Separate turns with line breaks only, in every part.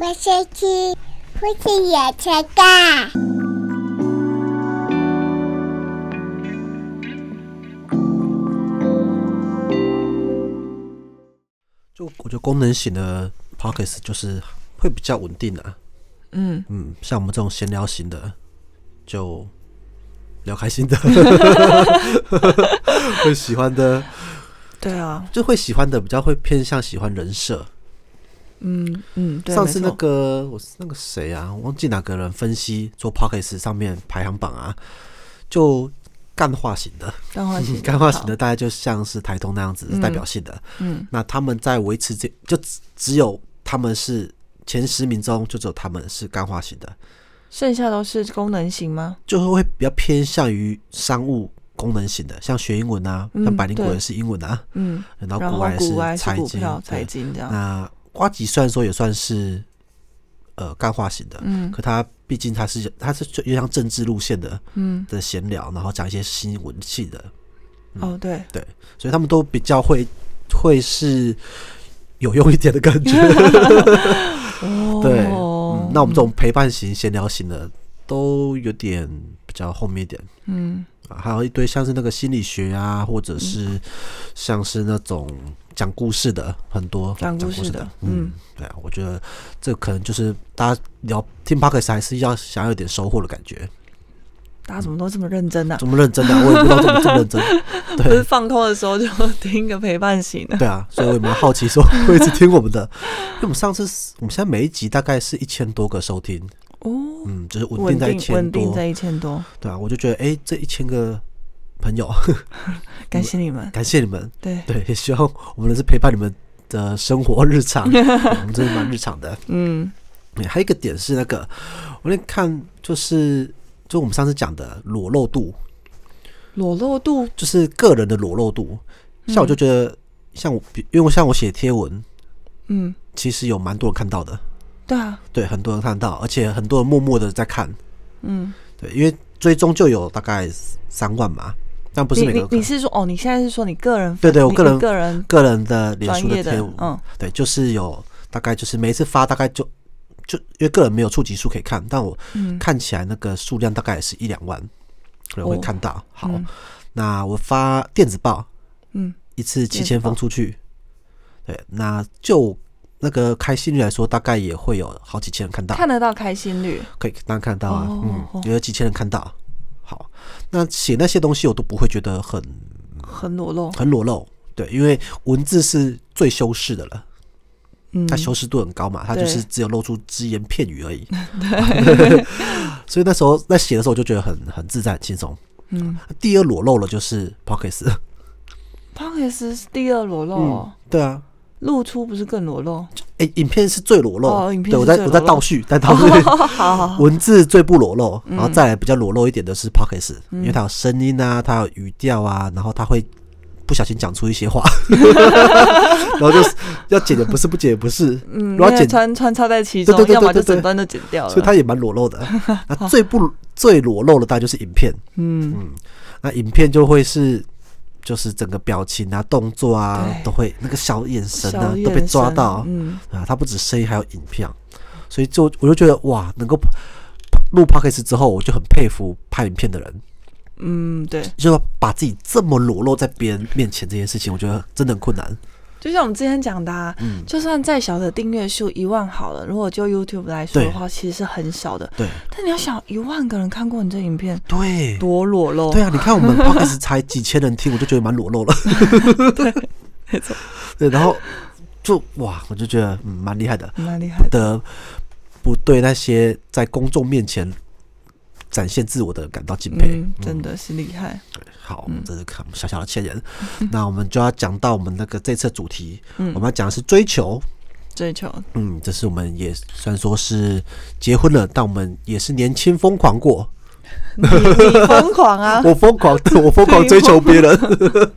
我先去，父亲也才干。
就我觉得功能型的 pockets 就是会比较稳定啊。
嗯
嗯，像我们这种闲聊型的，就聊开 心的，会喜欢的，
对啊，
就会喜欢的比较会偏向喜欢人设。
嗯嗯，对，
上次
没
那
错
个我是那个谁啊，忘记哪个人分析做 pockets 上面排行榜啊，就干化型的，
干化型的，
干化型
好
的，大概就像是台东那样子是代表性的。
嗯
那他们在维持这就只只有他们是前十名中，就只有他们是干化型的，
剩下都是功能型吗？
就会比较偏向于商务功能型的，像学英文啊，
嗯
像百灵果
对
也是英文啊，
嗯，
然
然
后
后
古玩
股外是
财
股
经
票、财
对
经这样。
那瓜吉虽然说也算是呃干化型的，
嗯
可他毕竟他是他是就像政治路线的
嗯，
的闲聊，然后讲一些新闻系的，嗯
哦对，
所以他们都比较会会是有用一点的感觉。
哦
对嗯那我们这种陪伴型、闲聊型的都有点比较后面一点
嗯
啊，还有一堆像是那个心理学啊，或者是像是那种讲故事的很多
讲故
故
事
事
的
嗯
嗯，
对啊，我觉得这可能就是大家聊听 p o d c a s 还是要想要有点收获的感 觉，
大家怎么都这么认真啊？
这么认真的、我也不知道这么这么认 真，
不是
对。
放空的时候就听个陪伴型 的。
对啊，所以我也蛮好奇，说会一直听我们的，因为我们上次是我们现在每一集大概是一千多个收听，
哦，
嗯，就是稳
稳
定在一
定
千
稳
多，
定在一千多，
对啊，我就觉得哎、诶这一千个朋友，
感谢你们。
感谢你们，
对，
对，也希望我们能是陪伴你们的生活日 常，对我们真的蛮日常的。
嗯
嗯还有一个点是那个，我那天看就是就我们上次讲的裸露度，
裸露度，
就是个人的裸露度。像我就
嗯
觉得，像我比，因为我像我写贴文，
嗯，
其实有蛮多人看到的，
对啊，
对，很多人看到，而且很多人默默的在看，
嗯，
对，因为追踪就有大概三万嘛，但不是
你
每个
你
人看
你是说哦，你现在是说你个人
对对我
你
个人
你个人
个人的脸
专
书
业
贴文，
嗯
对，就是有大概就是每一次发大概就就因为个人没有触及数可以看，但我
嗯
看起来那个数量大概也是一两万，可能会
哦
看到。好，
嗯
那我发电子报
嗯
一次七
电子
千
报
封出去，对，那就那个开心率来说，大概也会有好几千人看到，
看得到开心率，
可以当然看到啊，
哦哦
嗯，也有几千人看到。好，那写那些东西我都不会觉得很
很裸露，
很裸露，对，因为文字是最修饰的了。
嗯，
它修饰度很高嘛，它
对
就是只有露出只言片语 而已。 所以那时候在写的时候，我就觉得很很自在、很轻松。
嗯
第二裸露了就是 Pockets，
p o c k e t 是第二裸露哦，
对啊，
露出不是更裸露？
诶，影片是最裸露，
哦影片
对我
是
在
最
我在
裸露哦
倒叙，在倒叙，
好好好，
文字最不裸露，
嗯
然后再来比较裸露一点的是 Pockets，、因为它有声音啊，它有语调啊，然后它会不小心讲出一些 话， 然后就是要剪的不是不剪也不是，
嗯，
如果
因为
剪
穿穿插在其中
对对，对
要么就
对对
整段就剪掉
所以
了。
它也蛮裸露的。那最不最裸露的大概就是影片，
嗯
那影片就会是就是整个表情啊、动作啊
对
都会那个小眼神
小
啊
眼
都被抓
神
到、
嗯，
啊，它不止声音还有影片，所以就我就觉得哇，能够录 podcast 之后，我就很佩服拍影片的人，
嗯，对，
就要把自己这么裸露在别人面前这件事情，我觉得真的很困难。
就像我们之前讲的、啊，
嗯
就算再小的订阅数一万好了，如果就 YouTube 来说的
对
话，其实是很小的。
对
但你要想，一万个人看过你这影片，
对。
多裸露，
对 啊，你看我们 podcast 才几千人听，我就觉得蛮裸露了。
没错，
对，然后就哇，我就觉得嗯蛮厉害的。
蛮厉害的。
的不对那些在公众面前展现自我的人感到敬佩。
嗯，真的嗯是厉害。
好，我们这是看小小的欠人，那我们就要讲到我们那个这次的主题，
嗯
我们要讲的是追求。
追 求，
嗯，这是我们也虽然说是结婚了，但我们也是年轻疯狂过。
你你疯狂啊，
我疯狂，对我疯狂追求 别人，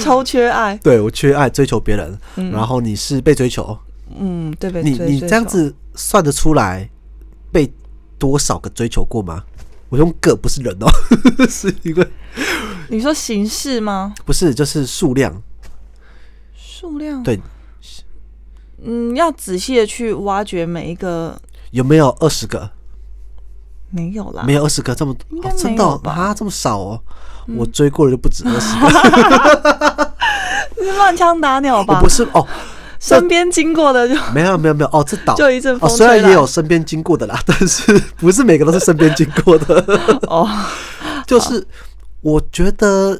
超缺爱。
对我缺爱追求别人，
嗯
然后你是被追求，
嗯，对不对？
你
追
你
追
这样
求
子算得出来被多少个追求过吗？我用个不是人哦， 是一
嗯
个
你说形式吗？
不是就是数量，
数量
对
嗯，要仔细的去挖掘每一个，
有没有二十个？
没有啦，
没有二十个这么，
啊应
哦
该、
真
没
的
有
哦
吧嗯
啊这么少哦。我追过的就不 止二十个，
你是乱枪打鸟
我
吧
不？是哦，
身边经过的就
没有没有没有哦，这倒
就一阵
哦，
风
虽然
吹来，
也有身边经过的啦，但是 不是每个都是身边经过的，
哦，
就是我觉得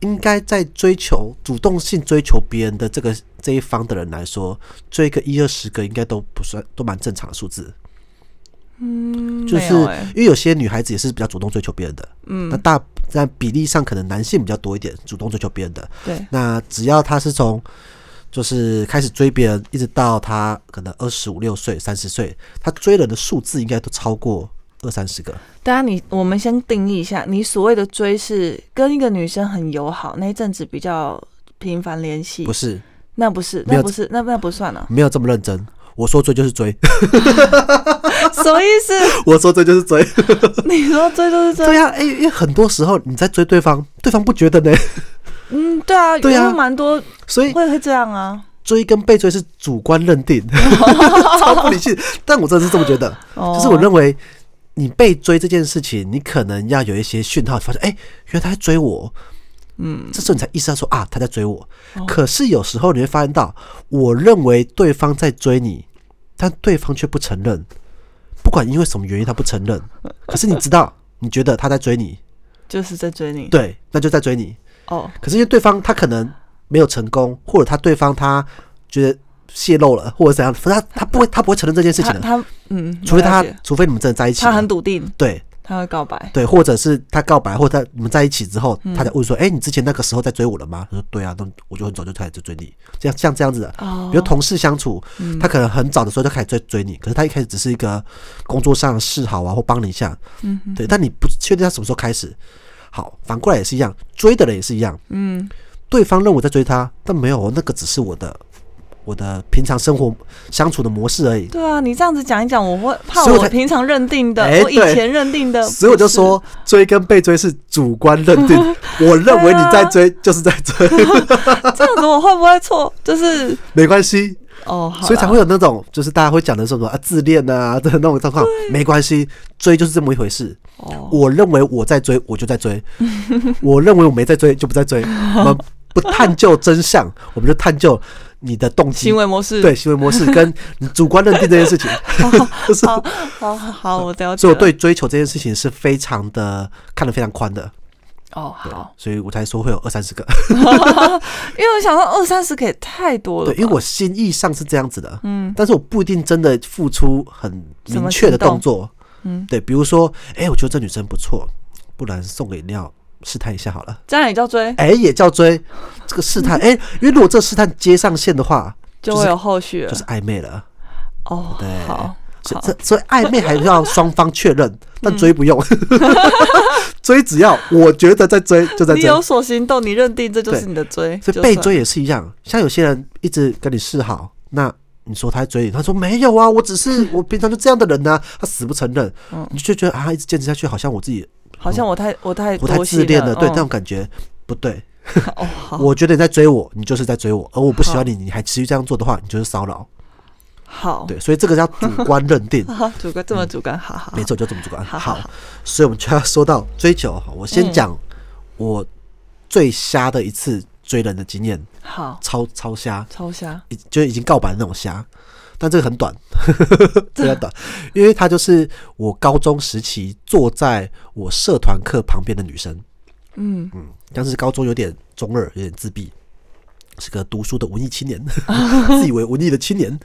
应该在追求主动性追求别人的这个这一方的人来说，追个一二十个应该都不算都蛮正常的数字，
嗯，
就是
没有欸
因为有些女孩子也是比较主动追求别人的，
嗯
那大但比例上可能男性比较多一点，主动追求别人的，
对，
那只要他是从就是开始追别人，一直到他可能二十五六岁、三十岁，他追人的数字应该都超过二三十个。
当然你我们先定义一下，你所谓的追是跟一个女生很友好，那一阵子比较频繁联系
不，是，
那不是，
没有
那不是，那那不 算啊，
没有这么认真。我说追就是追，
什么意思？
我说追就是追。
你说追就是 追，
对呀、哎、因为很多时候你在追对方，对方不觉得呢，
嗯，对啊，
对啊
有蛮多
所以
会会这样啊，
追跟被追是主观认定， 超不理性。但我真的是这么觉得，
就
就是我认为你被追这件事情，你可能要有一些讯号，发现哎、原来他在追我，
嗯，
这时候你才意识到说啊，他在追我。可是有时候你会发现到，我认为对方在追你，但对方却不承认，不管因为什么原因他不承认，可是你知道，你觉得他在追你，
就是在追你，
对，那就在追你。
哦，
可是因为对方他可能没有成功，或者他对方他觉得泄露了，或者怎样，反正他他不会他不会承认这件事
他
情的，
他嗯，
除非
我
他
了解
除非你们真的在一起了，
他很笃定，
对
他会告白，
对，或者是他告白，或者他你们在一起之
嗯
后，他才问说：“哎、你之前那个时候在追我了吗？”他说：“对啊，那我就很早就开始追你。”这样像这样子的，啊
哦，嗯
比如同事相处，他可能很早的时候就开始追追你，可是他一开始只是一个工作上的示好啊，或帮你一下，
嗯哼
对，但你不确定他什么时候开始。好，反过来也是一样，追的人也是一样，
嗯，
对方认为我在追他，但没有，那个只是我的我的平常生活相处的模式而已。
对啊，你这样子讲一讲，我会怕
所以我
我
才
平常认定的，
哎
我以
对
前认定的，
所以我就，说，追跟被追是主观认 定，我认为你在
哎
追就是在追，
这样子我会不会错？就是
没关系，
哦， 好啦
所以才会有那种就是大家会讲的什么啊自恋啊 的那种状况，没关系，追就是这么一回事。
哦，
我认为我在追，我就在 追；我认为我没在追，就不在追。我们不探究真 相，我们就探究你的动机
行、为模式，哦
对行为模 式跟你主观认定这件事情。 就是
好，好，好，好，我了解了。
所以我对追求这件事情是非常的看得非常宽的，
哦好，
所以我才说会有二三十个。
因为我想说二三十 K 太多了吧，
对，因为我心意上是这样子的，
嗯
但是我不一定真的付出很
什
明
么
确的
行动
动作。
嗯，
对，比如说，哎、我觉得这女生不错，不然送个饮料试探一下好了。
这样也叫追，
哎、也叫追，这个试 探，哎、因为如果这试探接上线的话，
就会有后续了
就是暧昧了。
哦
对，
好，
所以
好
这所以暧昧还要双方确认，但追不 用， 追只要我觉得在追就在
你
追。
有所行动，你认定这就是
对
你的追，
所以
就
被
算
追也是一样，像有些人一直跟你示好，那你说他在追你，他说没有啊，我只 是我平常就这样的人呢、啊他死不承认，
嗯
你就觉得啊，一直坚持下去，好像我自己
好像我太我太
嗯我太
多
自
心
恋了，对
嗯
那种感觉不对。
哦好，
我觉得你在追我，你就是在追我，而我不喜
好
欢你，你还持续这样做的话，你就是骚扰。
好，，
对，所以这个叫主观认定
啊，主观这么主观，好好，
没，错，就这么主观。
好好
好，所以我们就要说到追求。我先
嗯
讲我最瞎的一次追人的经验，
好，
超超瞎。
超瞎，
已就已经告白的那种虾，但这个很短， 这个很短，因为她就是我高中时期坐在我社团课旁边的女生，
嗯，
当时高中有点中二，有点自闭，是个读书的文艺青 年，自以为文艺的青年，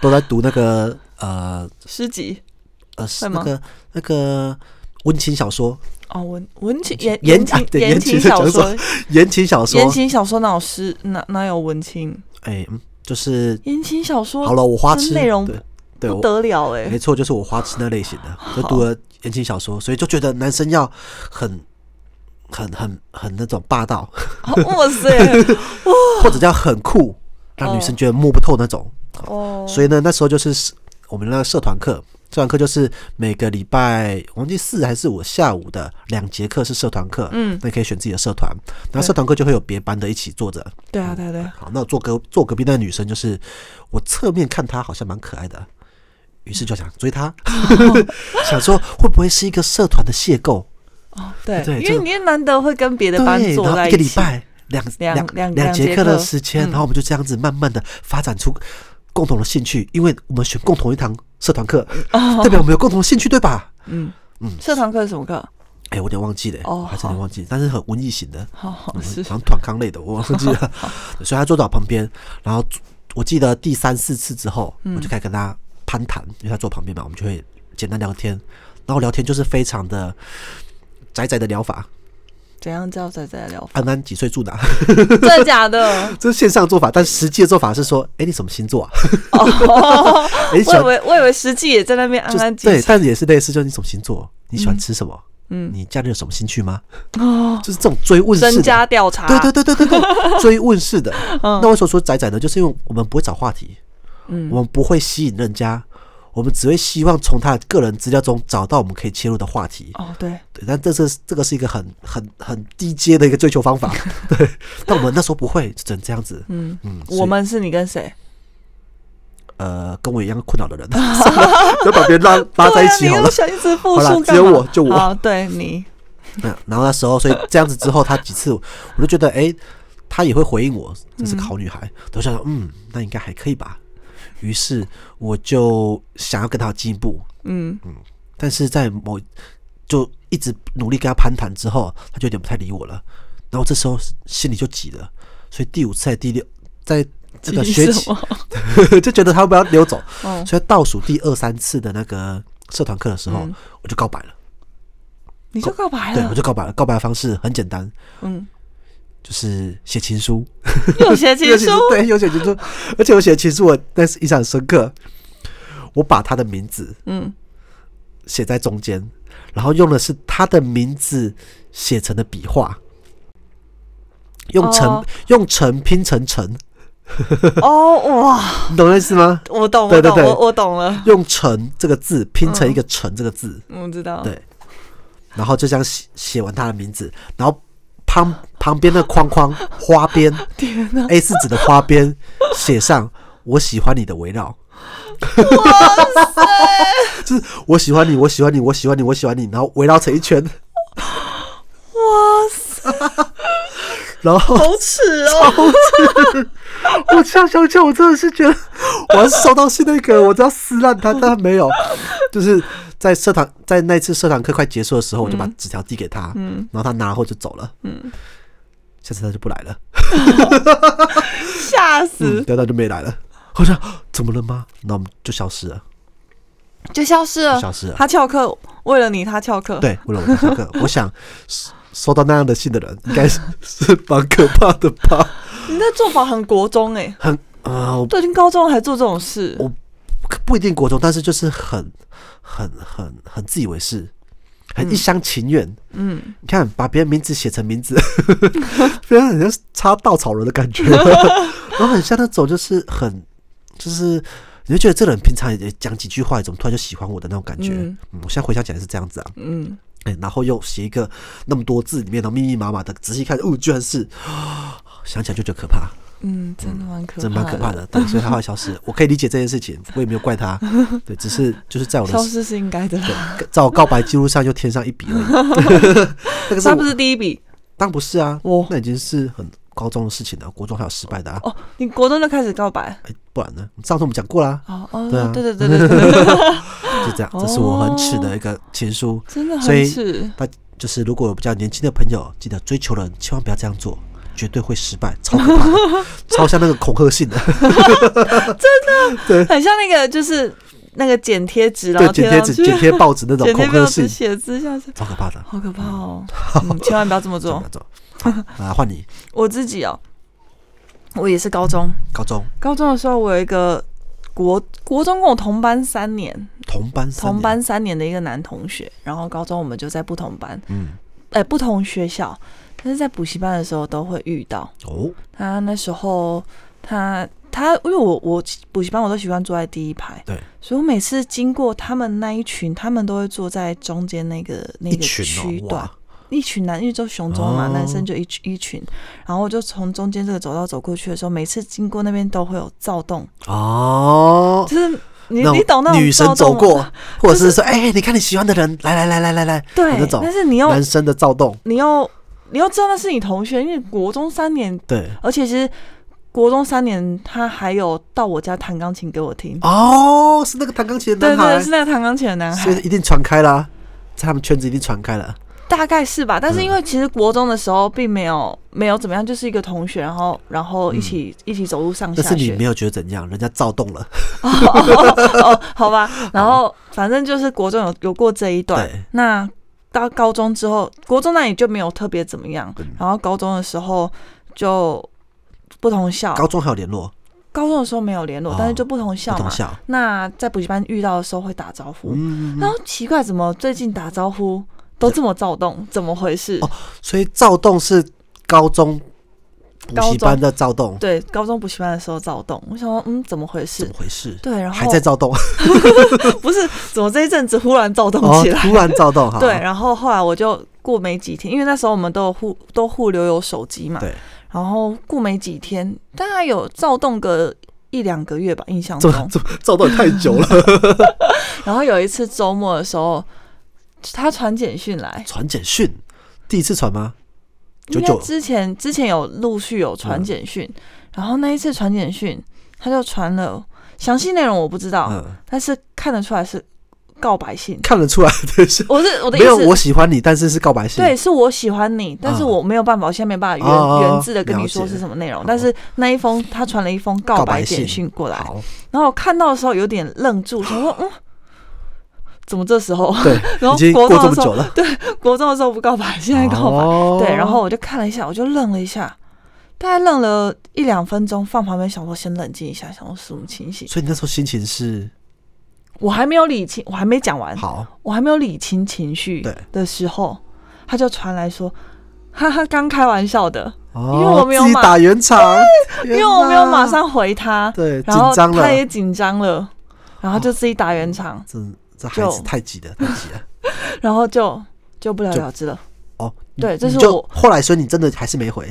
都在读那个呃
诗集
呃
会
那
吗
个那个温情小说，
哦，文文情言
言啊
情
对言
言
情
情
小
小
说
说，
言情小说
言，情小说哪有诗哪哪有文情？
哎、嗯，就是
言情小说
好了，我花痴
这内容
对对
不
我
得了哎
没，错，就是我花痴那类型的，就读了言情小说，所以就觉得男生要很、很、很、很那种霸道，
好 哇塞，
或者叫很酷，让女生觉得摸不透那种。
哦，
所以呢，那时候就是我们那个社团课，这堂课就是每个礼拜我忘记四还是五下午的两节课是社团课，
嗯，
那你可以选自己的社团，然后社团课就会有别班的一起坐着。
对啊，对啊，对啊，
好，那我坐隔坐隔壁那个女生就是我侧面看她好像蛮可爱的，啊于是就想追她， 想说会不会是一个社团的邂逅？
哦，对，
啊对
因
这
为
个
你也难得会跟别的
对，
班
然
坐
后
在
一个礼
起，
拜两
两两
两
两
节
节
课的
课
时间，
嗯
然后我们就这样子慢慢的发展出共同的兴趣，因为我们选共同一堂社团课，
哦
代表我们有共同的兴趣，对吧？
嗯
嗯
社团课是什么课？
哎、我有点忘记了、
哦
我还真的
好
忘记，但是很文艺型的，
好好
嗯
是
好像团康类的，我忘记 了。所以他坐到我旁边，然后我记得第三四次之后，
嗯
我就开始跟他攀谈，因为他坐旁边嘛，我们就会简单聊天。然后聊天就是非常的宅宅的聊法，？
怎样叫仔仔聊
安安几岁住哪？
真的假的？
这是线上做法，但实际的做法是说，哎，你什么星座啊？
哦，
哎，你喜
我以
欢
为我以为实际也在那边
就
安
是
安静
对，
静。
但也是类似，就是你什么星座，你喜欢吃什么？嗯，你家里有什么兴趣吗？哦，就是这种追问式
身
的，
家调查，
对对对对对对，追问式的。
嗯
那为什么说宅宅呢？就是因为我们不会找话题，嗯，我们不会吸引人家，我们只会希望从他的个人资料中找到我们可以切入的话题。
哦，对，
对，但这是这个是一个很很很低阶的一个追求方 法。对，但我们那时候不会，就只能这样子。嗯嗯，所以
我们是你跟谁？
呃跟我一样困扰的 人， 算了不要把别人拉拉在一起好
对啊你
了
又。想一直复
好啦
述干嘛，
只有我就我
好，对你，
嗯，然后那时候，所以这样子之后，他几次我就觉得，哎、她也会回应我，这
嗯
是个好女孩。我想说，嗯，那应该还可以吧。于是我就想要跟她有进一步，
嗯，
但是在某就一直努力跟她攀谈之后，她就有点不太理我了。然后这时候心里就急了，所以第五次、第六，在这个
急
学
什
期
么
就觉得她要不要溜走，
哦
所以倒数第二三次的那个社团课的时候，
嗯
我就告白了。
你就告白
对，我
了，
就告白了。告白的方式很简单，
哎嗯，
就是写情书。
又写 情
有
书，
对，有写情书，而且我写情书，我那是印象很深刻。我把他的名字
嗯，
写在中间，然后用的是他的名字写成的笔画，用成、
哦
用成拼成成，
哦哇，
你懂那意思吗？
我懂，
对
我
对
懂，
对
我我懂了，嗯
用成这个字拼成一个成这个字，
我知道，
对，然后就这样写写完他的名字，然后旁旁边的框框花边
天哪，
A 四纸的花边写上“我喜欢你的围绕”。 就是我喜欢你，我喜欢你，我喜欢你，我喜欢你，然后围绕成一圈，
哇塞，
然后
好耻哦，
我这样想起来，我真的是觉得 我要是收到信那个，我都要撕烂它，但没有。就是在社团，在那次社团课快结束的时候，我就把纸条递给他，嗯，然后他拿后就走了，嗯，下次他就不来了，
吓
嗯，
死，
然后他就没来了。我想怎么了吗？那我们就消失了，
就消失了，
就消失了
他翘课，为了你，他翘课，，
对，为了我的下课，我想 收收到那样的信的人，应该是 是蛮可怕的吧？
你的做法很国中哎，
很啊、我
都已经高中了还做这种事，
我不一定国中，但是就是很很很很自以为是，很一厢情愿。
嗯，
你看把别人名字写成名字， 非常很像插稻草人的感觉，然后很像那种就是很就是。你就觉得这个人平常也讲几句话，怎么突然就喜欢我的那种感觉？嗯
嗯
我现在回想起来是这样子啊，
嗯，
哎、然后又写一个那么多字里面的密密麻麻的，仔细看，哦，居然是， 想起来就觉得可怕，
嗯，真的蛮可怕，
真蛮可怕。的。对，所以他会消失，我可以理解这件事情，我也没有怪 他，对，只是就是在我的
消失是应该的啦，
在我告白记录上就添上一笔而 已。那个是
他
我
不是第一笔
当然不是啊，
哦
那已经是很高中的事情了，国中还有失败的啊，
哦，你国中就开始告白，
哎不然呢？上次我们讲过啦，
哦哦
对啊，
对对对对对对，
就这样，这是我很耻的一
哦
个情书。
真 的
所以
很耻，
那就是如果有比较年轻的朋友，记得追求人千万不要这样做，绝对会失败，超可怕的， 超像那个恐吓信的。
很像那个就是那个剪贴纸，然
对
后，
剪贴
上
纸、
去，
剪贴报纸那种
剪贴
恐
没有
吓
纸
信，
写字下去，
超可怕的。
好可怕哦！ 嗯，千万不要这么
走
做
吧。走，好啊，换你，
我自己哦，我也是高中，
高中
高中的时候我有一个国国中跟我同班三年，
同班三
同
年，
班三年的一个男同学，然后高中我们就在不同班，
嗯，
哎、不同学校，但是在补习班的时候都会遇到。
哦，
他那时候他他因为我我补习班我都喜欢坐在第一排，
对，
所以我每次经过他们那一群，他们都会坐在中间那个那
一
个
群
区
哦，
段，
哇，
一群男，因为就雄中嘛，
哦
男生就一群一群，然后我就从中间这个走道走过去的时候，每次经过那边都会有躁动，
哦，
就是你
那种
你懂那种
女生
躁
走
动吗
过，或者
就是
说，哎、你看你喜欢的人，来来来来来来，
对
那，种
但是你要
男生的躁动，
你要你要知道那是你同学，因为国中三年，
对，
而且其实国中三年他还有到我家弹钢琴给我听，
哦，是那个弹钢琴的
对
男孩
对，，是那个弹钢琴的男
所以
孩，
一定传开啦、在他们圈子一定传开了，
大概是吧。但
嗯
是因为其实国中的时候并没有没有怎么样，就是一个同学，然后然后一起、一起走路上下
但嗯
学。
是你没有觉得怎样，人家躁动了，
哦，好吧，然后反正就是国中有有过这一段
对，
那到高中之后，国中那里就没有特别怎么样，
嗯
然后高中的时候就不同校，
高中还有联络，
高中的时候没有联络，
哦
但是就不同
不
校嘛
同。校，
那在补习班遇到的时候会打招呼，
嗯，
然后奇怪，怎么最近打招呼都这么躁动，怎么回事？
哦所以躁动是高中补习班的躁动，
对，高中补习班的时候躁动，我想说，嗯，怎么回
怎
事
么？回事？
对，然后
还在躁动，
不是怎么这一阵子忽然躁动
哦
起来，，
突然躁动哈，
对，，然后后来我就过没几天，因为那时候我们都有互都互留有手机嘛，
对，
然后过没几天，大概有躁动个一两个月吧，印象
怎
中
么。怎么躁动也太久 了？
然后有一次周末的时候，他传简讯来，
传简讯，第一次传吗？九
应该
九
之前之前有陆续有传
嗯
简讯，然后那一次传简讯，他就传了详细内容我不知道，
嗯，
但是看得出来是告白信。
看得出来，对是。
我是我的意
没
思，
有，我喜欢你，但是是告白信。
对，是我喜欢你，但是
啊
我没有办法，我现在没办法原、
哦哦哦
原字的跟你说
了解哦
是什么内容。但是那一封他传了一封告
告白
白简
信
讯过来，
好，
然后我看到的时候有点愣住，想 说嗯，怎么这时候？
对，
然
已
后
经
国
过这
中的
么
时
久
候，
了，
国中的时候不告白，现在告白。
哦
对，然后我就看了一下，我就愣了一下，大概愣了一两分钟，放旁边想说先冷静一下，想说什么情形？
所以你那时候心情是
我还没有理清，我还没讲完，
好，
我还没有理清情绪
对
的时候，他就传来说。哈哈，刚开玩笑的，
因
为我没有
哦自己
马
打圆场，因
因为我没有马上回他，
对紧
然后
张了哦
他，也紧张了，然后就自己打圆场，
这这孩子
就
太急了，太急了。
然后就就不了
就
了之了。
哦，你
对这是
你就
我
后来，所以你真的还是没回。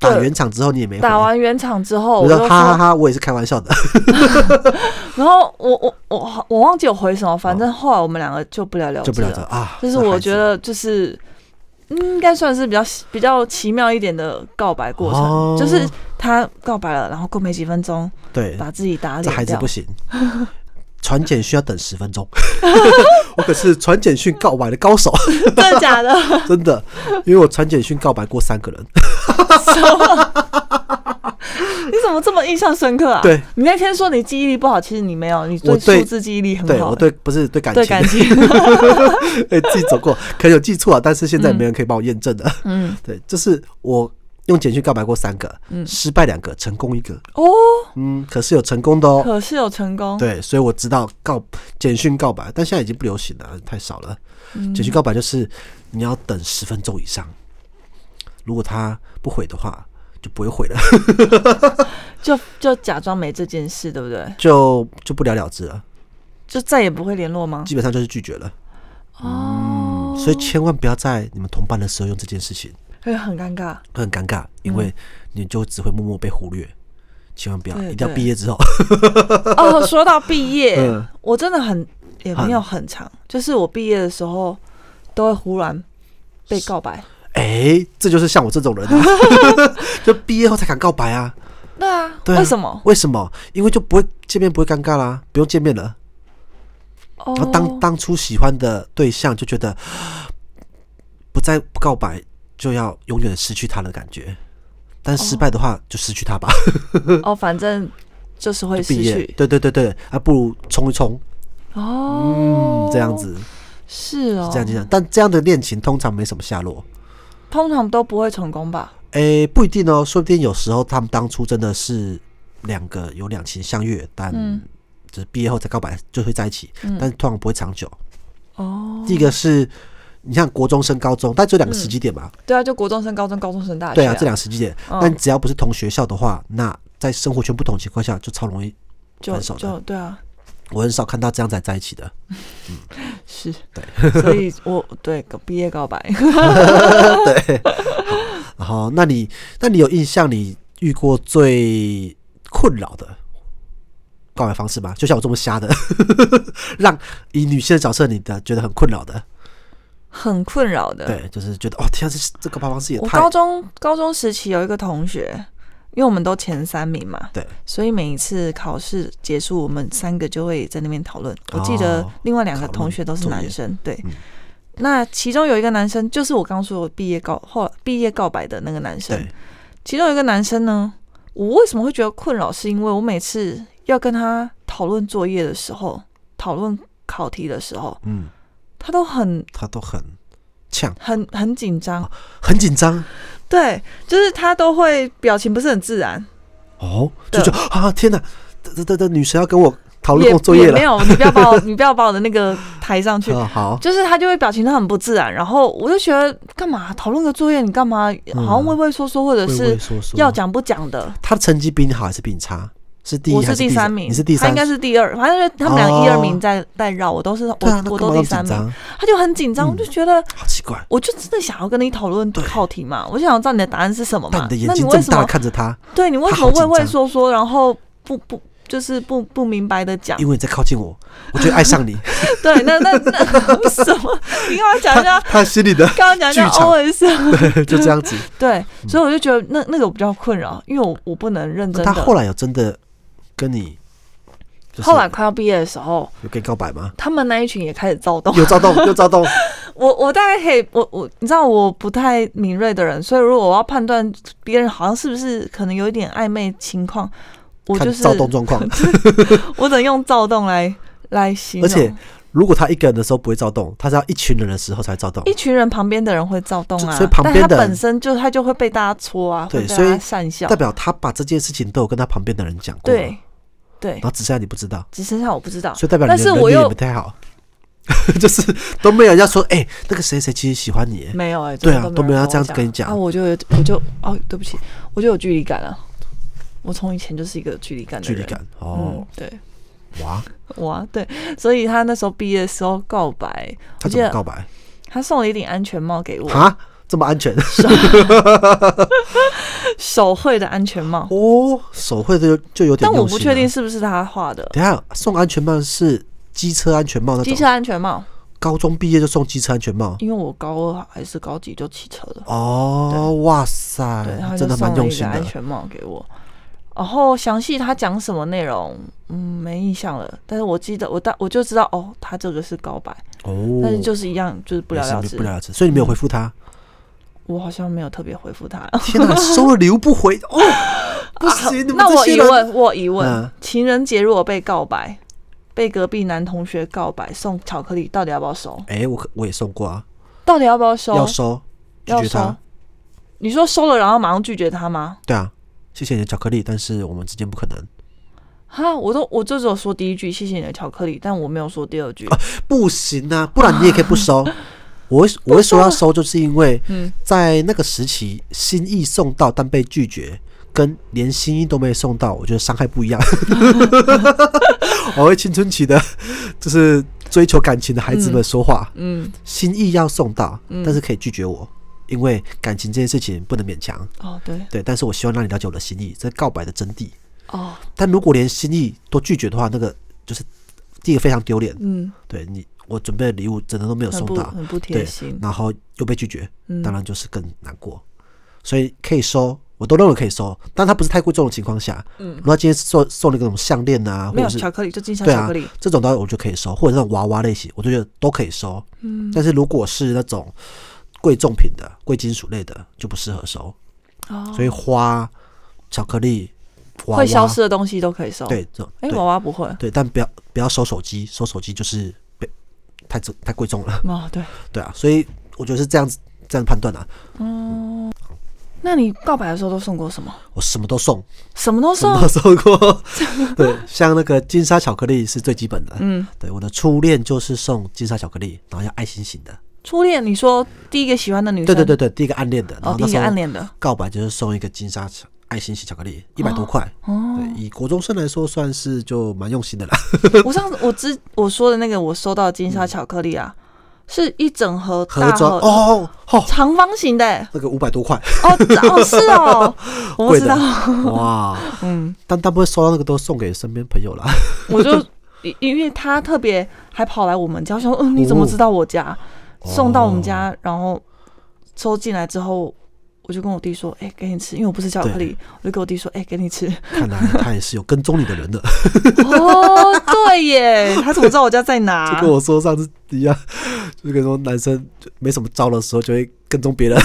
对
打圆场之后你也没回，
打完圆场之后，
我
我就
说哈哈
说，
哈，我也是开玩笑的。
然后我我我我忘记我回什么，反正后来我们两个就不了了
哦就
之
不了这啊，
就是
这孩
我
子
觉得就是。嗯应该算是比较比较奇妙一点的告白过程，
哦
就是他告白了，然后过没几分钟
对，
把自己打
这孩
脸
子
掉
不，行， 传简讯要等十分钟。 我可是传简讯告白的高手，
真的假的？
真的，因为我传简讯告白过三个人。
你怎么这么印象深刻啊？
对，
你那天说你记忆力不好，其实你没有，你
我
对
对
数字记忆力很
对
好。
我对不是对感情
对，感情，
哎、自己走过，可能有记错啊，但是现在没人可以帮我验证 的。
嗯，
对，就是我用简讯告白过三个，
嗯
失败两个，成功一个，
哦，
嗯，可是有成功的哦。
可是有成功，
对，所以我知道告简讯告白，但现在已经不流行了，太少了。
嗯
简讯告白就是你要等十分钟以上，如果他不回的话，就不会回了，
就就假装没这件事，对不对？
就就不了了之了，
就再也不会联络吗？
基本上就是拒绝了。
哦，
所以千万不要在你们同伴的时候用这件事情。
会很尴尬。
会很尴尬，因为你就只会默默被忽略。千万不要，
嗯对
一定要
对
毕业之后。
哦，说到毕业，
嗯
我真的很也没有很长，就是我毕业的时候都会忽然被告白。
哎、这就是像我这种人、 啊，就毕业后才敢告白啊？
对啊，
对啊
为什么？
为什么？因为就不会见面，不会尴尬啦，不用见面了。
哦
然后啊当当初喜欢的对象就觉得，不再不告白就要永远失去他的感觉。但失败的话，就失去他吧。
哦，反正就是会失
毕业
去，
对对对对，还不如冲一冲，
哦
嗯，，这样子，
是哦，
这样这样。但这样的恋情通常没什么下落。
通常都不会成功吧？
诶、不一定哦，说不定有时候他们当初真的是两个有两情相悦，但
嗯
就是毕业后才告白就会在一起，
嗯
但通常不会长久。
哦，
第一个是，你像国中升高中，但只有两个
嗯
时机点嘛，
对啊，就国中生、高中、高中生、大学、
对啊，这两个时机点，
嗯
但只要不是同学校的话，那在生活圈不同的情况下，就超容易。
就
分手的
就对啊，
我很少看到这样才在一起的，
是，
对
所以我对毕业告白，
对。然后，那你那你有印象你遇过最困扰的告白方式吗？就像我这么瞎的， 让以女性的角色，你的觉得很困扰的，
很困扰的。
对，就是觉得哦，天啊，这这告白方式也
嗯我
太
高中高中时期有一个同学，因为我们都前三名嘛，
对，
所以每一次考试结束，我们三个就会在那边讨论。我记得
哦
另外两
讨
个
论
同学都是
作业
男生，对
嗯。
那其中有一个男生，就是我刚说我毕业告后毕业告白的那个男生
对。
其中有一个男生呢，我为什么会觉得困扰，是因为我每次要跟他讨论作业的时候，讨论考题的时候，
嗯，
他都很
他都很呛，
很很紧张，
很紧张
对，就是他都会表情不是很自然。
哦，就
对
觉得啊，天哪，这这这这女神要跟我讨论
也
跟我作业
也
了
没， 有，你不要把我，你不要把我的那个抬上去。
啊，好，
就是他就会表情都很不自然，然后我就觉得干嘛讨论个作业，你干嘛好像畏畏缩缩，或者
畏畏
是
缩缩
要讲不讲的。
他的成绩比你好还是比你差？是第一
我
还
是第
第
三名，
你是第
他
三，
应该是第二，反正他
哦
们俩一二名在在绕，我都是我
对啊，那
我
干
都
嘛那
第
么
三
紧
名，
张，
他就很紧张，
嗯
我就觉得
好奇怪。
我就真的想要跟你讨论
对
考题嘛，我想知道你的答案是什么
但
嘛
你的，眼
那你
睛这
为
么
什
大
么
地看着 他，
对你为
他
什
好
么畏
紧
畏
张
缩缩，然后不不就是不不明白的讲
因？为你在靠近我，我就爱上 你。
对，那那那 为什么？你跟我讲一下，
他心里 的
刚刚讲一下
剧场嗯
OS，
对，就这样子。
对，所以我就觉得那那个我比较困扰，因为我我不能认真
他
的。
后来有真的跟你，就是
后来快要毕业的时候，
有跟你告白吗？
他们那一群也开始躁动。
有躁动，有躁动。
我我大概可以，我我你知道我不太敏锐的人，所以如果我要判断别人好像是不是可能有一点暧昧情况， 我
看
就是
躁动状况。
我只能用躁动来来形
而
容。
且如果他一个人的时候不会躁动，他是要一群人的时候才躁动
一。群人旁边的人会躁动啊，
就所以旁边的人
但他本身就他就会被大家戳啊，
对
会被
所
大
以
家讪笑
代，表他把这件事情都有跟他旁边的人讲过，
对，对
然，后只剩下你不知道，
只剩下我不知道。
啊所以代表
但
你的
是
能
我
力也
又
不太好， 就是都没有人家说，哎，那个谁谁其实喜欢你，
没有哎、
对啊
真的
都没有
人
要这样
我
跟你讲
啊，我就有我就哦，对不起，我就有距离感啊。我从以前就是一个有距离感的
距
人，
离感
嗯
哦，，
对，嗯
哇，
哇，对，所以他那时候毕业的时候告白，
他
我
怎
记
么
得
告白
他送了一顶安全帽给我，啊
啊？这么安全
手绘的安全帽，
哦，手绘的就就有点
但
用心了。啊
我不确定是不是他画的
等一下送安全帽是机车安全帽那
机
种，
车安全帽，
高中毕业就送机车安全帽。
因为我高二还是高几就骑车了，
哦，哇塞
对，他，就
真的蛮
送了
用
一
心
个安
的。
全帽给我。然后详细他讲什么内容，嗯，没印象了。但是我记得我大我就知道哦，他这个是告白，
哦，
但是就是一样，就是不了了
也是
之嗯
不。了了之，所以你没有回复他。
我好像没有特别回复他。
天哪，收了礼物不回 哦，不行，你们
啊那
这
我
些
疑
人
问，我疑问，
嗯
情人节如果被告白，被隔壁男同学告白送巧克力，到底要不要收？
哎，我可我也送过啊，
到底要不要收？
要收，拒
要
绝
收
他。
你说收了，然后马上拒绝他吗？
对啊，谢谢你的巧克力，但是我们之间不可能。
哈，我都我就只有说第一句谢谢你的巧克力，但我没有说第二句。
哦不行啊，不然你也可以不 收。我会我会说要收，就是因为
嗯
在那个时期，心意送到但被拒绝，跟连心意都没送到，我觉得伤害不一 样。我为青春期的，就是追求感情的孩子们说话，
嗯，
心意要送到，
嗯
但是可以拒绝我，因为感情这件事情不能勉强。
哦对，
对，但是我希望让你了解我的心意，这是告白的真谛。
哦
但如果连心意都拒绝的话，那个就是第一个非常丢脸。
嗯，
对你，我准备的礼物真的都没有
很
送
不
到，
很不贴
对
心，。
然后又被拒绝，
嗯
当然就是更难过。所以可以收，我都认为可以收，但他不是太过重的情况下，嗯，如果他今天送送了一个那种项链啊，或
没有
者是
巧克力就金香
对
巧
啊
克力，
这种的我就可以收，或者那种娃娃类型，我就觉得都可以收。嗯，但是如果是那种贵重品的、贵金属类的，就不适合收。
哦
所以花、巧克力、娃娃
会消失的东西都可以收。，
对，这种
哎，
对
娃娃不会。
对，但不要不要收手机，收手机就是被太重太贵重了，
哦对，
对啊，所以我觉得是这样子这样判断的、啊，
嗯，那你告白的时候都送过什么？
我什么都送，
什么都
什
送
么。都送过， 对，像那个金沙巧克力是最基本的，
嗯，
对，我的初恋就是送金沙巧克力，然后要爱心型的，
初恋，你说第一个喜欢的女生，
对对对对，第一个暗恋的，然
哦
后，
第
那
一
时
个暗
候
恋的，
告白就是送一个金沙巧爱心洗巧克力，一百多块。
哦，
对，以国中生来说，算是就蛮用心的啦。
我上次我之我说的那个我收到的金沙巧克力啊，是一整盒
嗯盒
大
装
盒，
哦哦，
长方形的欸、
那个五百多块，
哦哦是 哦，我不
贵
知
的
道，
哇！
嗯，
但大部分收到那个都送给身边朋 友啦。
我就因因为他特别还跑来我们家，我想说嗯你怎么
哦
知道我家？送到我们家，然后收进来之后。我就跟我弟说：“哎、给你吃，因为我不吃巧克力。”我就跟我弟说：“哎、给 你吃。
看来他也是有跟踪你的人的，”
哦，对耶，他怎么知道我家在哪？
就跟我说上次一样，就跟说男生就没什么招的时候就会跟踪 别人，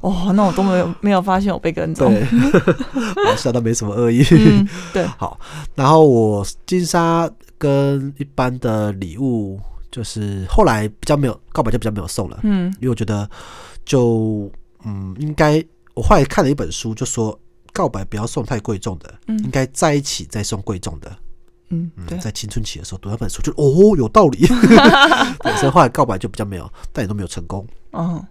哦，那我都没有没有发现我被跟踪。
对，我吓到没什么恶意。
嗯，对，
好，然后我金沙跟一般的礼物，就是后来比较没有告白就比较没有送了，
嗯
因为我觉得就嗯，应该我后来看了一本书，就说告白不要送太贵重的，
嗯
应该在一起再送贵重的。
嗯，对
嗯，，在青春期的时候读那本书就，哦有 道理。对，所以后来告白就比较没有，但也都没有成功。
嗯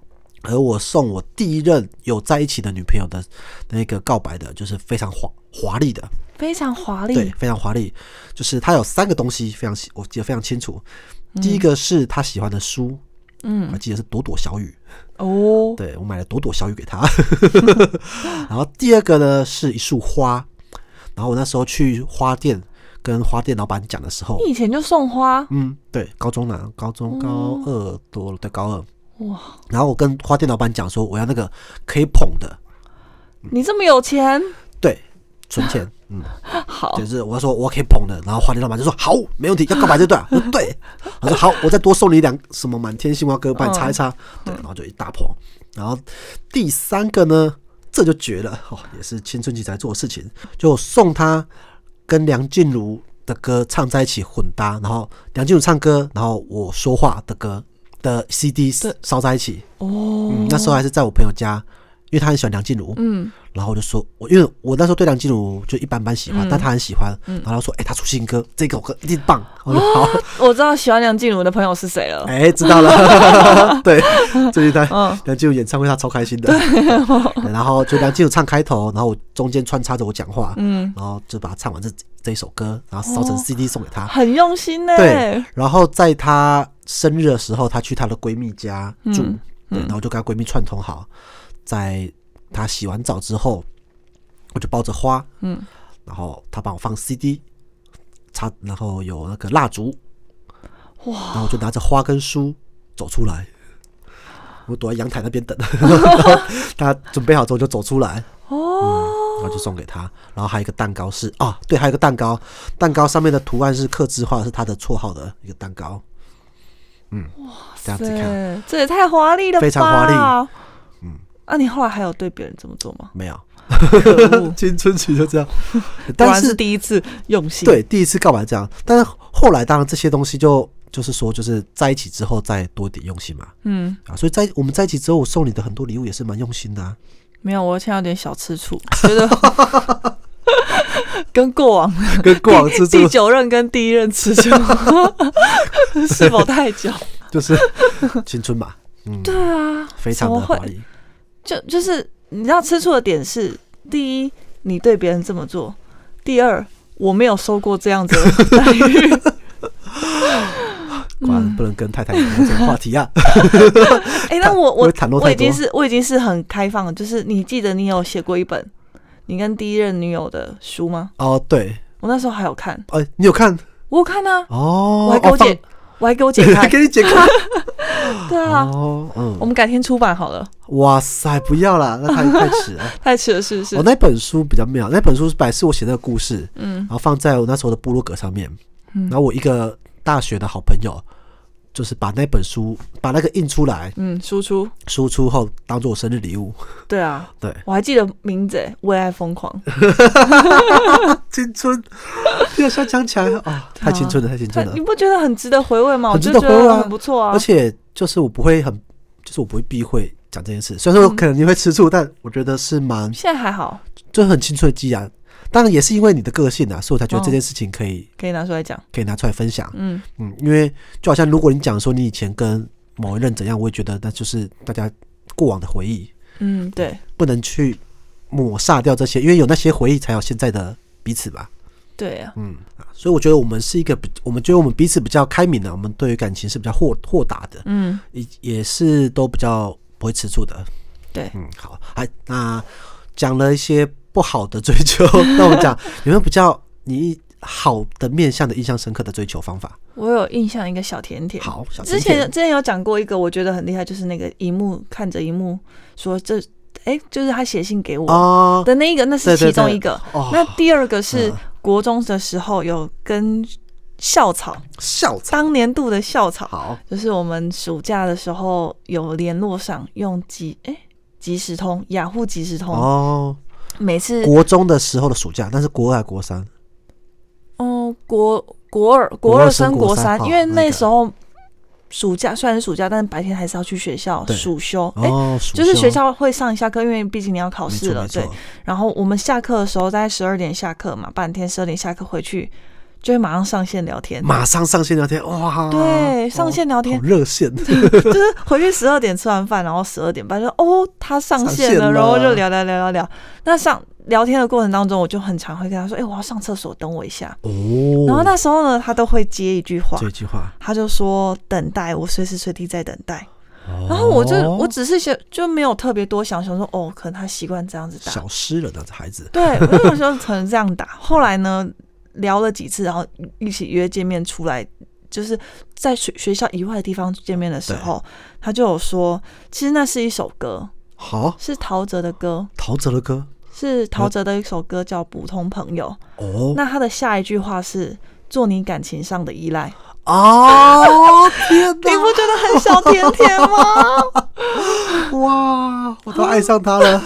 而我送我第一任有在一起的女朋友的那个告白的，就是非常华华丽的，
非常华
对
丽，，
非常华丽。就是她有三个东西非常喜，我记得非常清楚。第一个是她喜欢的书，我
嗯，
记得是《朵朵小雨》，
哦，
对我买了朵朵小雨给他。 然后第二个呢是一束花，然后我那时候去花店跟花店老板讲的时候，
你以前就送花，
嗯，对，高中啦，高中高二多了，对，高二。
哇，
然后我跟花店老板讲说，我要那个可以捧的，
你这么有钱，
对，存钱，嗯，
好
就，是我说我可以捧的，然后花店老板就说好，没问题，要告白就对了，我说对，我说好，我再多送你两什么满天星光歌，帮
嗯
你擦一擦，对，然后就一大捧。然后第三个呢，这就绝了，哦，也是青春期才做的事情，就送他跟梁静茹的歌唱在一起混搭，然后梁静茹唱歌，然后我说话的歌的 CD
对
烧在一起。
哦，
嗯，那时候还是在我朋友家，因为他很喜欢梁静茹，
嗯，
然后我就说，我因为我那时候对梁静茹就一般般喜欢，
嗯哦
但他很喜欢，然后他说，哎、他出新歌，这首歌一定棒。我说好，
我知道喜欢梁静茹的朋友是谁了，
哎、知道 了。对，最近他
嗯
梁静茹演唱会，他超开心的。
哦
对然后就梁静茹唱开头，然后我中间穿插着我讲话，
嗯，
然后就把它唱完这这一首歌，然后烧成
哦
CD 送给他。
很用心呢，
对，然后在她生日的时候，她去她的闺蜜家住，
嗯
对，然后就跟她闺蜜串通好，在她洗完澡之后，我就抱着花，
嗯，
然后她帮我放 CD，插，然后有那个蜡烛，哇，然后我就拿着花跟书走出来。我躲在阳台那 边等，她准备好之后就走出来，嗯
哦，
然后就送给他。然后还有一个蛋糕是啊，对，还有一个蛋糕，蛋糕上面的图案是刻字化，是他的绰号的一个蛋糕。嗯，这样子看
对，这也太华丽了吧，
非常华丽，
嗯，那你后来还有对别人这么做 吗？
没有，，
可恶
青春期就这 样。
果然
但
是
是
第一次用心，，
对第一次告白这样，但是后来当然这些东西就就是说就是在一起之后再多一点用心嘛
嗯，
啊，所以在我们在一起之后，我送你的很多礼物也是蛮用心的啊。
没有，我现在有点小吃醋，觉得 跟过往
跟过往之
第
中
九任跟第一任吃 醋 是否太久？
就是 青春嘛，嗯，
对啊，
非常
怎
的
么
华
会
丽，
就就是你知道吃醋的点是：第一，你对别人这么做；第二，我没有收过这样子的待遇。
果
嗯
然不能跟太太聊这个话题 啊。
哎、那我
会
我
袒露
我
太
已经
多。
是我已经是很开放了，就是你记得你有写过一本你跟第一任女友的书吗？
哦，对，
我那时候还有看，
哎、你有看
我有看啊，
哦？
我还给我姐，我还给我 姐
哦放
看
还，给你姐 看
对啊。
哦，
我
嗯，
们改天出版好了，
哇塞，不要啦，那太太迟了。
太迟了，是不是？
哦我、那本书比较妙，那本书是本来是我写那个故事，
嗯
然后放在我那时候的部落格上面，
嗯
然后我一个大学的好朋友。就是把那本书，把那个印出来，
嗯，输出，
输出后当做我生日礼物。
对啊，
对，
我还记得名字诶，为爱疯狂，
呃青春，第二下讲起来啊，太青春了，太青
他
春了
你。不觉得很值得回味吗？我
很值
就
得
觉
回味啊
得很不错啊
而。且就是我不会很，就是我不会避讳讲这件事。虽然说
嗯
可能你会吃醋，但我觉得是蛮
现在还好，
就是很青春的激然。当然也是因为你的个性啊，所以我才觉得
哦
这件事情可以、
可以拿出来讲。
可以拿出来分享。
嗯，
嗯，因为就好像如果你讲说你以前跟某一任怎样，我也觉得那就是大家过往的回忆，
嗯，对，
不能去抹煞掉这些，因为有那些回忆，才有现在的彼此吧。
对啊，
嗯啊所以我觉得我们是一个比，我们觉得我们彼此比较开明的，我们对于感情是比较豁豁达的，
嗯，
也也是都比较不会吃醋的。
对，
嗯，好，哎，那讲了一些不好的追求， 那我们讲有没有比较你好的面向的印象深刻的追求方法？
我有印象一个小甜甜，
好，小
之
甜
前
甜
之前有讲过一个，我觉得很厉害，就是那个荧幕看着荧幕说这，哎、就是他写信给我
哦
的那一个，那
对
是
对
其中
对
一个。
哦，
那第二个是
嗯
国中的时候有跟校草，
校草
当年度的校草，
好
就是我们暑假的时候有联络上，用即哎即时通，雅虎即时通，
哦，
每次
国中的时候的暑假，那是国二还是国三，
哦，国国二
国
国
二
二
升
升
国
国
三
三，
哦
因为
那个
那时候暑假虽然是暑假，但白天还是要去学校
对
暑修，哎、
哦，暑
就是学校会上一下课，因为毕竟你要考
没
试
错
了，
没
对
错。，
然后我们下课的时候大概十二点下课嘛，半天十二点下课回去，就会马上上线聊天，
马上上线聊天，哇，
对，上线聊
好
天、
热线，
就是回去十二点吃完饭，然后十二点半就哦他上线
上线了
了，然后就聊聊聊聊聊。那上聊天的过程当中，我就很常会跟他说，哎、我要上厕所，等我一下。
哦，
然后那时候呢，他都会接一句话，
这句话，
他就说等待，我随时随地在等待。
然
然后我就、
哦
我只是想就没有特别多想，想说哦，可能他习惯这样子打
小，诗人啊，这孩子，
对，我就想说可能这样打。后来呢，聊了几次，然后一起约见面出来，就是在学学校以外的地方见面的时候，他就有说，其实那是一首歌，
好，
是陶喆的歌，
陶喆的歌，
是陶喆的一首歌叫《普通朋友》。
哦，
那他的下一句话是做你感情上的 依赖。
哦，天
你不
哪！
觉得很小甜甜吗？
哇，我都爱上他 了。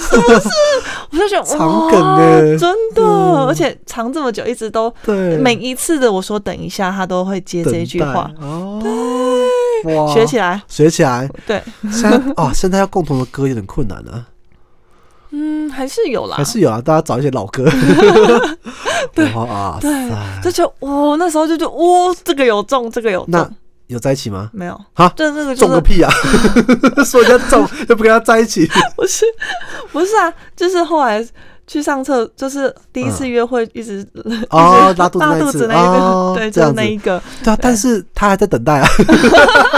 我就觉得
藏
哇
梗欸
真的，
嗯
而且藏这么久，一直都
对，
每一次的我说等一下，他都会接
等
这一句话
待，哦，哇，
学起来。
学起来。
对，
现在哦，现在要共同的歌有点困难了，
嗯，还是有啦
还。是有啊，大家找一些老歌。对啊，
对
塞，
就觉得哇，那时候就觉得哇，这个有中，这个有
那
中，
有在一起吗？
没有
哈
这那个就
中个
是
屁啊！说人家中又不跟他在一起，
不是 不是啊，就是后来去上厕，就是第一次约会，一直
哦
一直
拉肚子那一
拉肚
次
子那
哦
一 个，对，
这
就
样
是
子
那一个，
对啊，但是他还在等 待啊，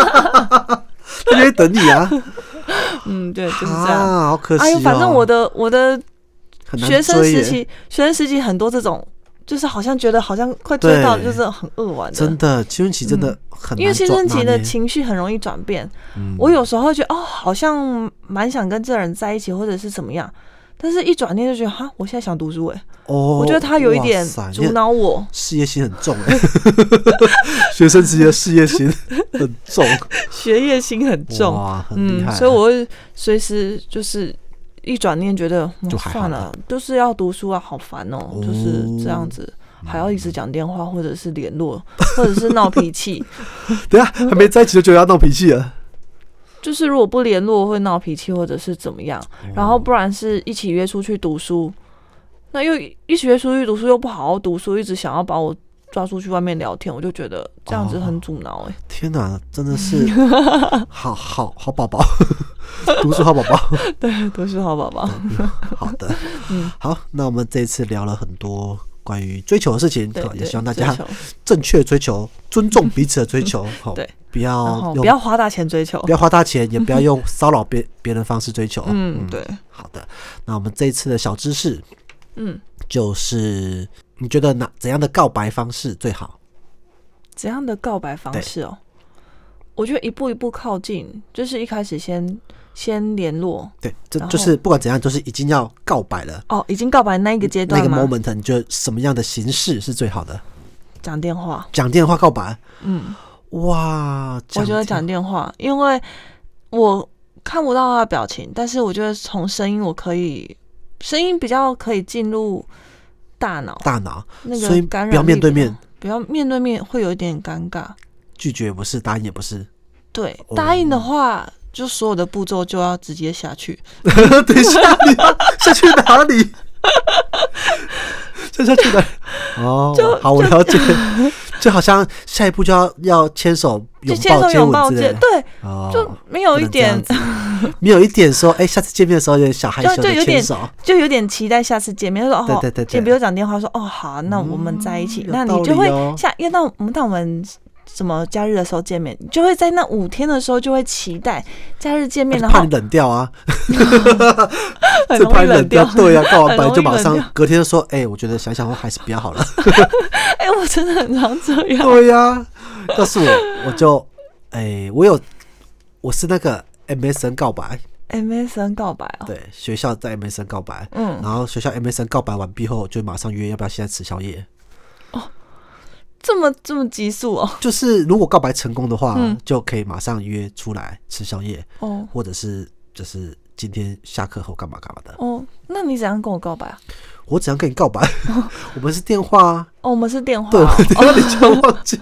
他就在等你啊，
嗯，对，就是这样。
啊，好可惜
哎呦，
哦
反正我的我的
很难
学生
追耶
时期，学生时期很多这种，就是好像觉得好像快追到，
对
就是很恶玩的。
真的青春期真的很难
嗯因为青春期
抓拿
的
捏
情绪很容易转变，
嗯
我有时候会觉得哦，好像蛮想跟这人在一起，或者是怎么样，但是一转念就觉得哈，我现在想读书哎、
哦，
我觉得他有一点
哇塞
阻，挠我
你事业心很重 哎，学生时期的事业心很重，
学业心很重，
哇，很厉
嗯
害，，啊
所以我会随时就是一转念觉得、嗯
就还好
算了，就是要读书啊，好烦哦，
哦嗯
就是这样子。还要一直讲电话，或者是联络，或者是闹脾气。
等一下还没在一起就觉得要闹脾气了，
就是如果不联络会闹脾气，或者是怎么样，然
哦
后不然是一起约出去读书，那又一起约出去读书又不好好读书，一直想要把我抓出去外面聊天，我就觉得这样子
哦
很阻挠哎、
天哪，真的是好好好宝 宝，读书好宝宝。
对，都是好宝宝。
哦好的，
嗯
好，那我们这一次聊了很多关于追求的事情，
对
好，也
对
希望大
追
家哦
求
正确追求，尊 重彼此的追求，好，
对，
不
然
要
后
用
不要花大钱追求
不。要花大钱，也不 要用骚扰别别人的方式追求，
嗯，对，
好的，那我们这一次的小知识
嗯，
就是，你觉得哪怎样的告白方式最好？
怎样的告白方
对
式哦？我觉得一步一步靠近，就是一开始先先联络
对，这
然后
就是不管怎样，就是已经要告白了。
哦，已经告白那一个阶
嗯那
段
个
吗？
moment，你觉得什么样的形式是最好的？
讲电话，
讲电话告白，
嗯，
哇！
我觉得
电
讲电话，因为我看不到他的表情，但是我觉得从声音我可以，声音比较可以进入大脑，
大脑
那
所以
个感染
不要面
力
对
比较
面，
不要面对面会有一点尴尬。
拒绝不是，答应也不是，
对，
哦
答应的话，就所有的步骤就要直接下去。
等一下，你要下去哪 里？下下去哪里？哦，好，我了解。就好像下一步就要要牵手、
就
拥
牵
抱、
手
接
拥抱
吻之类
接，
的，
对，
哦，
就没有
不
一
能这
点
样，子没有一点说，哎，下次见面的时候有点小害
就
羞
就
的
有
牵
点
手，
就有点期待下次见面，就说哦，
对对对对
就比如讲电话说哦好啊，那我们在一起，
有
那
道
你就
理
会
哦
下，要那我们那我们什么假日的时候见面，你就会在那五天的时候就会期待假日见面，然
怕
后
你冷掉啊，
很
这
容
怕
易
你冷
冷掉。
对呀，干完本
很
来
容
就
易
马
冷
上
掉
隔天就说，哎，我觉得想想还是比较好了。
哎，我真的很常这样。
对呀、要是我我就，哎、我有，我是那个 MSN 告白，
MSN 哎告白哦，
对，学校在 MSN 告白，
嗯
然后学校 MSN 告白完毕后，就马上约要不要现在吃宵夜。
这么这么急速哦，
就是如果告白成功的话，
嗯
就可以马上约出来吃宵夜，
哦
或者是就是今天下课后干嘛干嘛的。
哦，那你怎样跟我告白啊？
我只想跟你 告白，我们是电话啊，
哦，我们是电话
对，
哦，
我电话你就忘记，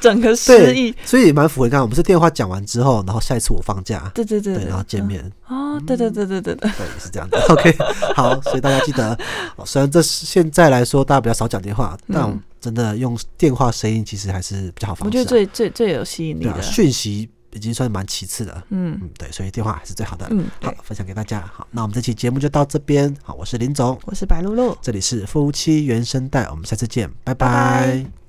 整个失
对
忆，，
所以也蛮符合刚刚我们是电话讲完之后，然后下一次我放假，
对对对
对，然后见面，嗯
哦，对对对对对对，
对，也是这样的。OK，好，所以大家记得，哦虽然这是现在来说大家比较少讲电话，但真的用电话声音其实还是比较好方式啊、
嗯我觉得最最最有吸引力
对啊，
的，
讯息已经算蛮其次的。
嗯
嗯，对，所以电话还是最好的。
嗯，
好
对，，
分享给大家。好，那我们这期节目就到这边。好，我是林总，
我是白露露。
这里是夫妻原声带，我们下次见，拜
拜拜